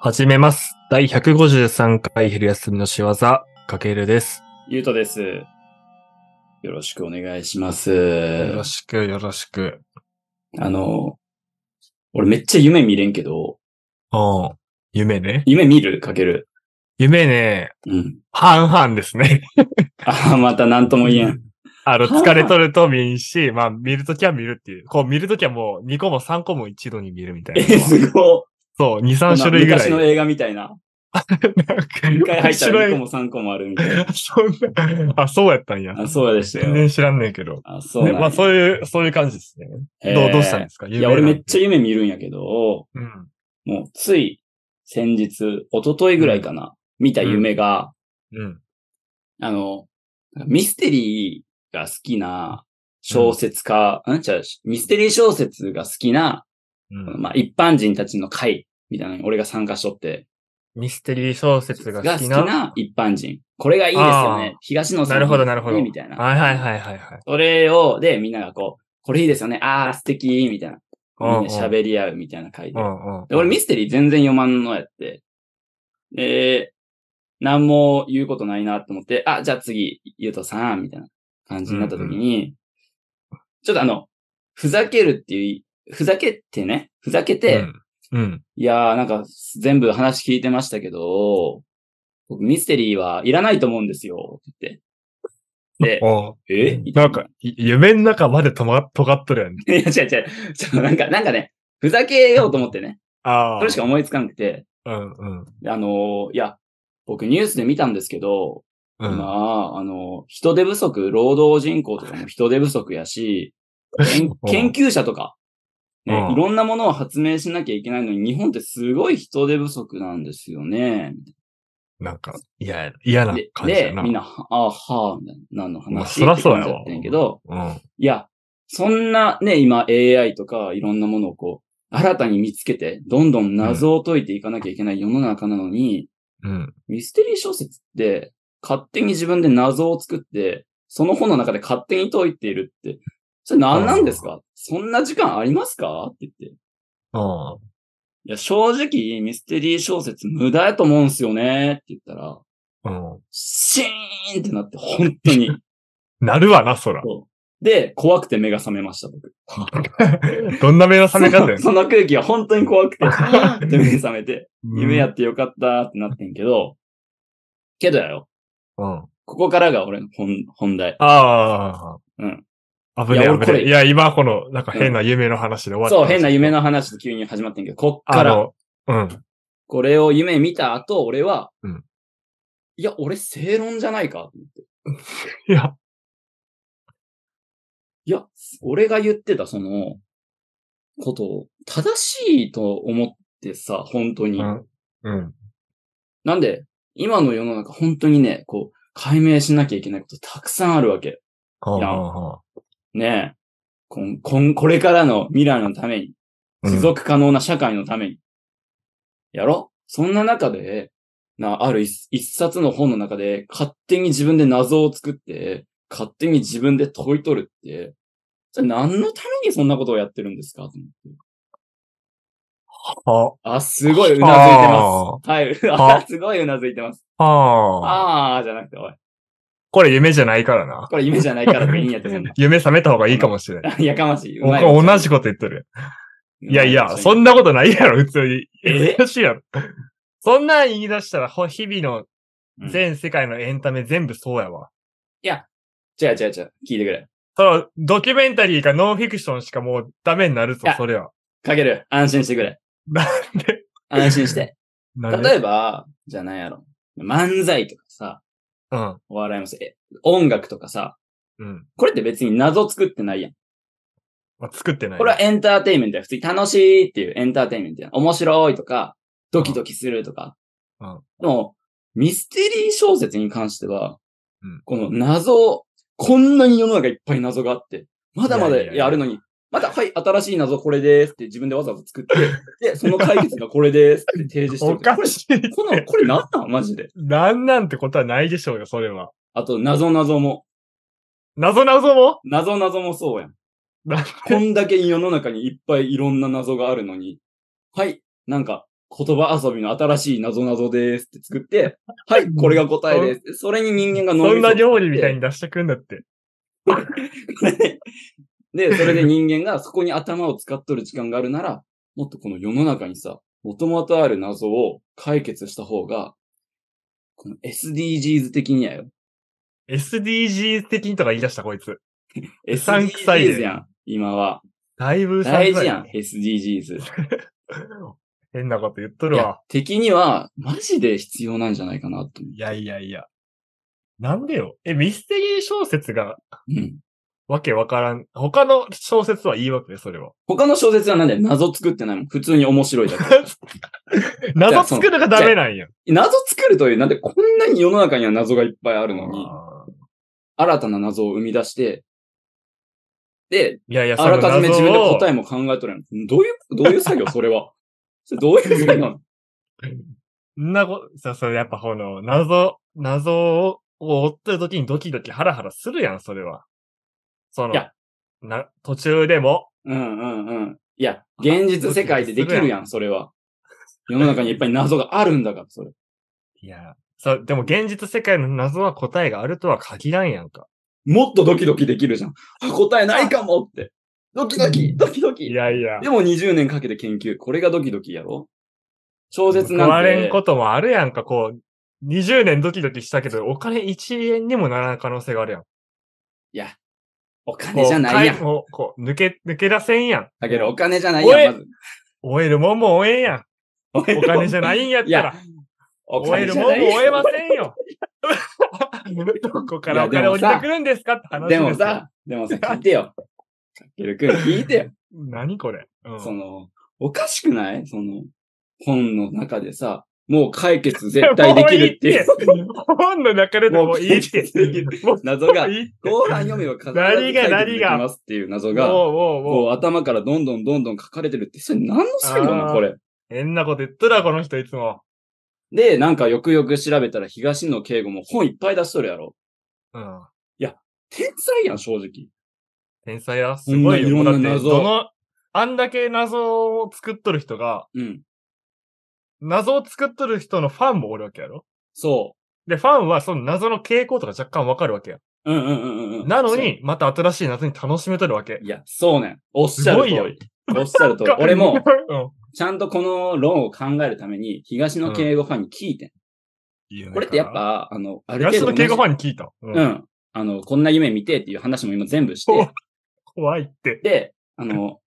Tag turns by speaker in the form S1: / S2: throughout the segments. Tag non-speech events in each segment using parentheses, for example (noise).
S1: 始めます。第153回昼休みの仕業、かけるです。
S2: ゆうとです。よろしくお願いします。
S1: よろしく、よろしく。
S2: あの、俺めっちゃ夢見れんけど、
S1: うん。夢ね。
S2: 夢見るかける。
S1: 夢ね、
S2: うん。
S1: 半々ですね。
S2: ああ、また何とも言えん。
S1: (laughs) あの、
S2: 半々
S1: 疲れとると見んし、まあ、見るときは見るっていう。こう、見るときはもう、2個も3個も一度に見るみたい
S2: え、
S1: な。
S2: すご
S1: そう、2、
S2: い。
S1: 3種類ぐらい。
S2: 昔の映画みたいな。
S1: (laughs)
S2: 一回入ったら2個
S1: 面
S2: も3個もあるみたいな。
S1: 白い。そんな、あ、そうやったんや。
S2: あ、そうでした
S1: 全
S2: よ。
S1: 然知らんねんけど。
S2: あ、そうなん
S1: ね
S2: や
S1: まあ、そういう、そういう感じですね。ど
S2: へ
S1: う、
S2: ー
S1: どうしたんですか
S2: いや、俺めっちゃ
S1: ゃ、
S2: 夢見るんやけど、
S1: うん。
S2: もうつい先日、一昨日ぐらいかな、見た夢が、
S1: うん。
S2: あの、ミステリーが好きな小説家、ん、違う、ミステリー小説が好きな、
S1: うん
S2: まあ一般人たちの会みたいなのに俺が参加しとって、
S1: ミステリー小説が好
S2: が好
S1: き
S2: き
S1: な。
S2: な一般人。これがいいですよね。東野さん。
S1: なるほど、なるほど。
S2: みたいな。
S1: はいはいはいはいはい。
S2: それを、で、みんながこう、これいいですよね。あー、素敵みたいな。みんな喋り合うみたいな会で。
S1: うんうん。
S2: で俺ミステリー全然読まんのやって。で、何も言うことないなと思って、あ、じゃあ次、ゆうとさん、みたいな感じになった時に、ちょっとあの、ふざけるっていう、ふざけてね、ふざけて、
S1: うん、うん。
S2: いやーなんか全部話聞いてましたけど、僕ミステリーはいらないと思うんですよ、って言
S1: (laughs)
S2: って。
S1: おう
S2: で、え
S1: なんか、い夢の中までとま、尖っとるやん。
S2: いや、違う違う。ちょっとなんか、なんかね、ふざけようと思ってね、
S1: ああ。
S2: それしか思いつかなくて、
S1: うんうん。
S2: であのーいや、僕ニュースで見たんですけど、
S1: うん。
S2: まあ、あのー人手不足、労働人口とかも人手不足や
S1: (laughs)
S2: し、けん
S1: うん
S2: 研究者とか、ね
S1: う、ん
S2: いろんなものを発明しなきゃいけないのに、日本ってすごい人手不足なんですよね。
S1: なんか、嫌や、嫌な
S2: で、
S1: 感じ
S2: で
S1: やな。
S2: みんな、はあはあ、みたいな、何の
S1: まあ
S2: 話
S1: そらそうやわ
S2: って感じったんけど、
S1: うん。
S2: いや、そんなね、今 AI とかいろんなものをこう、新たに見つけて、どんどん謎を解いていかなきゃいけない世の中なのに、
S1: うん。
S2: ミステリー小説って、勝手に自分で謎を作って、その本の中で勝手に解いているって、それ何なんですかそんな時間ありますかって言って。
S1: うん。
S2: いや、正直、ミステリー小説無駄やと思うんすよねって言ったら、
S1: うん。
S2: シーンってなって、本当に。
S1: なるわな、そら。
S2: そうで、怖くて目が覚めました、僕。
S1: どんな目の覚め方や
S2: そのその空気が本当に怖くて、あーって目が覚めて、夢や
S1: っ
S2: ってよかったってなってんけど、けどやよ、
S1: うん。あ
S2: ここからが俺の本本題。
S1: あ。
S2: うん。
S1: 危ね
S2: いや
S1: え、
S2: 俺
S1: 危
S2: こ
S1: ねえ。
S2: れ
S1: いや、今この、なんか変な夢の話で終わった。
S2: そう、変な夢の話で急に始まってんけど、こっか
S1: あ
S2: ら、
S1: の、うん。
S2: これを夢見た後、俺は、
S1: うん
S2: いや、俺正論じゃないか。
S1: いや、
S2: いや、俺が言ってたその、ことを正しいと思ってさ、本当に。
S1: うん。うん。
S2: なんで、今の世の中本当にね、こう、解明しなきゃいけないことたくさんあるわけ。
S1: うん
S2: いや
S1: うん
S2: ねえ。こん、こん、これからの未来のために、
S1: うん
S2: 持続可能な社会のために。やろそんな中で、な、ある一一冊の本の中で、勝手に自分で謎を作って、勝手に自分で解いとるって、それ何のためにそんなことをやってるんですかと思って
S1: は
S2: あ、すごい、うなずいてます。はい
S1: は
S2: あ、すごい、うなずいてます。
S1: はあ。
S2: あー、じゃなくて、おい。
S1: これ夢じゃないからな。。
S2: これ夢じゃないからでいいんやって、そんな
S1: (laughs) 夢覚めた方がいいかもしれない。
S2: やかましい。うまい
S1: 僕同じこと言ってる。いやいや、そんなことないやろ、普通に。
S2: え
S1: よしやろ。そんなん言い出したら、ほ日々の
S2: うん
S1: 全世界のエンタメ全部そうやわ。
S2: 違う違う違う。聞いてくれ。
S1: そのドキュメンタリーかノンフィクションしかもうダメになるぞ
S2: いや、
S1: それは。 (laughs)
S2: かける。安心してくれ。
S1: なんで
S2: 安心して。
S1: なんで
S2: 例えば、じゃないやろ。漫才とかさ、
S1: うん。
S2: お笑いもさ、え音楽とかさ、
S1: うん。
S2: これって別に謎作ってないやん。
S1: まあ、作ってない。
S2: これはエンターテインメントや。普通に楽しいっていうエンターテインメントやん。面白いとか、ドキドキするとか。
S1: うん
S2: でも、ミステリー小説に関しては、
S1: うん
S2: この謎、こんなに世の中いっぱい謎があって、まだま
S1: い
S2: だ
S1: やいやいや
S2: やるのに、また、はい、新しい謎これですって自分でわざわざ作って、で、その解決がこれですって提示し
S1: (laughs)
S2: て
S1: お
S2: る
S1: か
S2: からこれ
S1: しい。
S2: この、これなんなんマジで。
S1: なんなんてことはないでしょうよ、それは。
S2: あと、謎謎も。
S1: 謎謎も (laughs)
S2: 謎謎もそうやん。
S1: なんで
S2: こんだけ世の中にいっぱいいろんな謎があるのに。はい。なんか、言葉遊びの新しい謎謎ですって作
S1: (laughs)
S2: って、はい、これが答えです。それに人間が脳
S1: そん
S2: みそ
S1: な料理みたいに出してくんだって。
S2: (laughs) で、それで人間がそこに頭を使っとる時間があるなら、もっとこの世の中にさ、もともとある謎を解決した方が、この SDGs 的にやよ。
S1: SDGs 的にとか言い出したこいつ。うさんくさいね
S2: SDGs やん、今は。
S1: だいぶうさんくさい
S2: 大事やん、SDGs。
S1: 変なこと言っと
S2: い
S1: る
S2: や
S1: わ。、
S2: 敵には、マジで必要なんじゃないかなと思
S1: いやいやいや。なんでよ。え、ミステリー小説が
S2: う。うん。
S1: わけわからん。他の小説はいいわけね、それは。
S2: (laughs) 他の小説はなんだよ、謎作ってないもん。普通に面白いだけ。
S1: (laughs) 謎作るがダメなんや。
S2: 謎作るという、なんでこんなに世の中には謎がいっぱいあるのに、
S1: あー
S2: 新たな謎を生み出して、で、
S1: いやいや、
S2: あらかじめ自分で答
S1: え。
S2: えも考えとるやん。どういう、どういう作業それは。それどういう作業
S1: (laughs)
S2: なの
S1: んなこ、そうそう、やっぱこの、謎、謎をを追ってる時にドキドキハラハラするやん、それは。その、
S2: いや
S1: な、途中でも、
S2: うんうんうん。いや、現実世界でできるやん、それは。世の中にいっぱい謎があるんだから、それ。
S1: いや、そう、でも現実世界の謎は答えがあるとは限らんやんか。
S2: もっとドキドキできるじゃん。あ答えないかもって。ドキドキ、ドキド
S1: い
S2: キ。
S1: やいや、
S2: でも20年かけて研究。これがドキドキやろ超絶
S1: 食わ
S2: なん
S1: れん
S2: て。
S1: こともあるやんか、こう、20年ドキドキしたけど、お金1円にもならない可能性があるやん。
S2: いや、お
S1: こ
S2: 金
S1: う
S2: じゃないや
S1: か
S2: ん。
S1: もうこう、抜け、抜け出せんやん。
S2: だけどお金じゃないやん、まず。
S1: 終えるもんも終えん
S2: (laughs)
S1: やん。
S2: お
S1: お金じゃないんやっ
S2: い
S1: たら
S2: や。、お
S1: 終える
S2: 金じゃ
S1: もんも
S2: ない
S1: 終えません
S2: (laughs)
S1: よ。どこからお
S2: い
S1: 金
S2: やでも
S1: 降り
S2: さ
S1: てくるんですかって話です
S2: で
S1: よ
S2: もさ、でもさ、聞いてよ。かけるくん、聞いてよ。
S1: 何これ。うん
S2: その、おかしくないその、本の中でさ、もう解決絶対できるっていう。
S1: (laughs) もういいって。本の中でもういいって。
S2: もういいって
S1: もう
S2: 謎
S1: い
S2: が、
S1: いって
S2: 後半読めば必ず解
S1: 何が
S2: 決で
S1: 何
S2: き
S1: が
S2: ますっていう謎が、
S1: もうもうも
S2: こ
S1: う。
S2: う頭からどんどんどんどん書かれてるって、それ何の作業な
S1: あ
S2: の
S1: ー
S2: これ。
S1: 変なこと言っとるわ、この人いつも。
S2: で、なんかよくよく調べたら東野敬吾も本いっぱい出しとるやろ。
S1: うん。
S2: 天才やん、正直。
S1: 天才や。すごいよ。
S2: こんないろんな
S1: だって
S2: 謎
S1: どの、あんだけ謎を作っとる人が、
S2: うん。
S1: 謎を作っとる人のファンもおるわけやろ
S2: そ
S1: で、ファンはその謎の傾向とか若干わかるわけや。
S2: う。うんうんうんうんうん。
S1: なのに、また新しい謎に楽しめとるわけ
S2: そう。。いや、そうねん。おっしゃる通
S1: すごい
S2: り。おっしゃる通り。俺も、
S1: うん、
S2: ちゃんとこの論を考えるために、東野敬語ファンに聞いてん。これってやっ、ぱ、あの、ある
S1: 東野
S2: 程度同じ。
S1: 敬語ファンに聞いた。う
S2: う。ん。あの、こんな夢見てっていう話も今全部し
S1: お
S2: て、
S1: 怖いって。
S2: で、あの、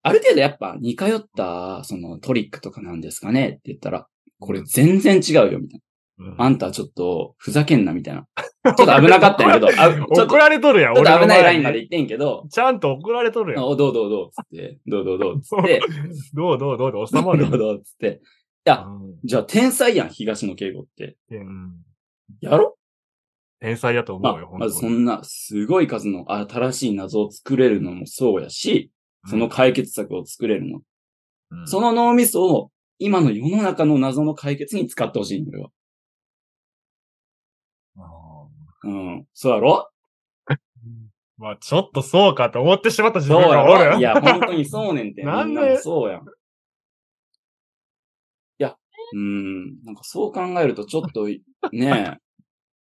S2: ある程度やっぱ似通った、そのトリックとかなんですかねって言ったら、これ全然違うよ、みたいな。あんたちょっと、ふざけんな、みたいな。
S1: ちょ
S2: ちょっと危なかったん
S1: (laughs)
S2: やけど、あちょっと、ちょっ
S1: 怒られとるやん、
S2: と危ないライン
S1: な
S2: まで言ってんけど、
S1: ちゃんと怒られとるやん。
S2: おどうどうどう、つって、どうどうどう、つ
S1: (laughs) そ
S2: っ
S1: う
S2: て、
S1: どうどうどうどう収
S2: ど
S1: ま
S2: う
S1: る
S2: ど (laughs)
S1: よ
S2: うどう、つって。いや、じゃあ天才やん、東野敬吾って。
S1: うん。
S2: やろ
S1: 天才やと思
S2: ま
S1: うよ、
S2: あ、
S1: 本
S2: まず
S1: 当
S2: そ
S1: に。
S2: んなすごい数の新しい謎を作れるのもそうやし、その解決策を作れるの。
S1: うん、
S2: その脳みそを今の世の中の謎の解決に使ってほしいんだよ。
S1: あ
S2: うん。そうやろ
S1: ーまあ、ちょっとそうかと思ってしまった自
S2: そう
S1: 分
S2: や
S1: がおる
S2: ろいや、本当にそうねんて。
S1: なんで
S2: みんもそうやん。いや、うん。なんかそう考えるとちょっと、ね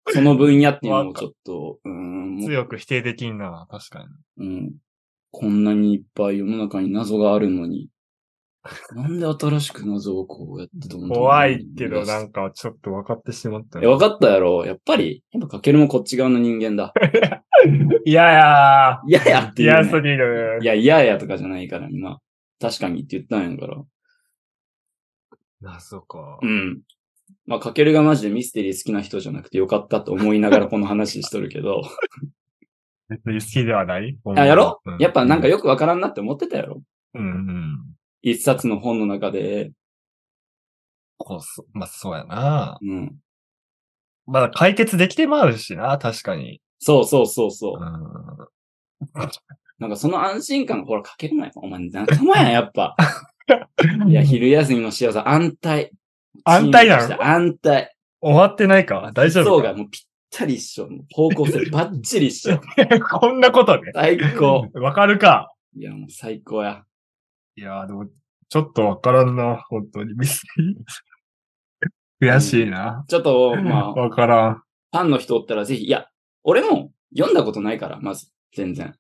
S2: え、 (laughs) その分野っていうのもちょっと、うん、もう
S1: 強く否定できんな、確かに。
S2: うん。こんなにいっぱい世の中に謎があるのに。なんで新しく謎をこうやってどんどん
S1: 怖いけど、な
S2: なん
S1: んか、ちょっと分かってしまった
S2: え、
S1: な。
S2: 分かったやろやっぱり、やっぱかけるもこっち側の人間だ。
S1: いやいや
S2: いやいやって
S1: ー、
S2: いう、
S1: 嫌
S2: ね
S1: す。ぎる
S2: い。や、いやいやとかじゃないから、今。確かにって言ったんやから。
S1: 謎か
S2: う。ん。まあ、かけるがマジでミステリー好きな人じゃなくてよかったと思い
S1: (laughs)
S2: ながらこの話しとるけど。
S1: 別に好きではない
S2: あ、やろ
S1: うん
S2: やっぱなんかよくわからんなって思ってたやろ
S1: うんうん。
S2: 一冊の本の中で。
S1: こうそまあ、そうやな。
S2: うん。
S1: まだ解決できてまうしな、確かに。
S2: そうそうそうそう
S1: う。ん。
S2: なんかその安心感がほらかけるなよ。お前仲間やん、やっ
S1: (laughs)
S2: ぱ。いや、昼休みの幸せ、安泰。
S1: 安泰なの
S2: チームとして安泰。
S1: 終わってないか大丈夫
S2: そうが
S1: か
S2: もうぴったり一緒。もう方向性バッチリ一緒。
S1: (laughs) こんなことね。 (laughs)
S2: 最高。
S1: わかるか。
S2: いや、もう最高や。
S1: いやーでも、ちょっとわからんな、本当に。別に悔しいな。
S2: ちょ
S1: (laughs)
S2: っと、まあ、
S1: わからん。
S2: ファンの人おったらぜひ、いや、俺も読んだことないから、まず、全然。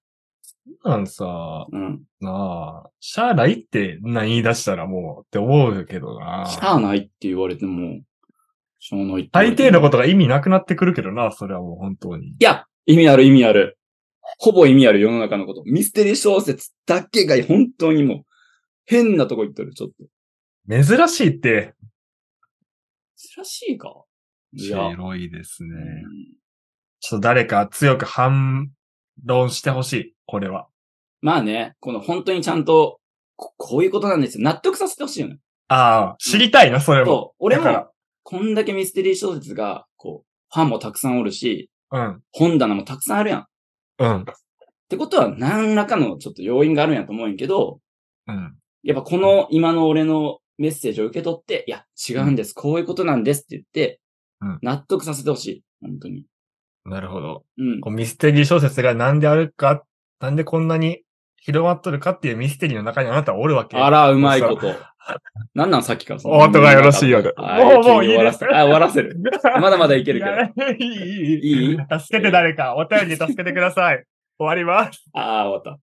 S1: なんさ、
S2: うん。
S1: なあ、シャーライって何言い出したらもうって思うけどな。
S2: しゃあないって言われても、しゃあないって言われ
S1: 大
S2: ても
S1: 抵のことが意味なくなってくるけどな、それはもう本当に。
S2: いや、意味ある意味ある。ほぼ意味ある世の中のこと。ミステリー小説だけが本当にもう、変なとこ行っとる、ちょっと。
S1: 珍しいって、
S2: 珍しいかいや、
S1: 白いですね
S2: う。ん
S1: ちょっと誰か強く反論してほしい、これは。
S2: まあね、この本当にちゃんと、ここういうことなんですよ。納得させてほしいよね。
S1: ああ、知りたいな、それも。
S2: そう。俺
S1: だから
S2: も、こんだけミステリー小説が、こう、ファンもたくさんおるし、
S1: うん、
S2: 本棚もたくさんあるやん。っ
S1: うん、
S2: てことは、何らかのちょっと要因があるんやと思うんやけど、
S1: うん。
S2: やっぱこの今の俺のメッセージを受け取って、いや、違うんです。こういうことなんですって言って
S1: うん、
S2: 納得させてほしい。本当に。
S1: なるほど。
S2: うん。
S1: こうミステリー小説がなんであるか、なんでこんなに広まっとるかっていうミステリーの中にあなたはおるわけ。
S2: あら、うまいこと。なんなんさっきからその。
S1: お後がよろしいようで
S2: はい
S1: もうもう
S2: 急に終わら
S1: い
S2: せ
S1: いです
S2: あ、終わらせる。
S1: (laughs)
S2: まだまだいけるけど。
S1: ど。いやいい、いい、
S2: いい
S1: 助けて誰か、お便りで助けてください。終わります。
S2: ああ、終わった。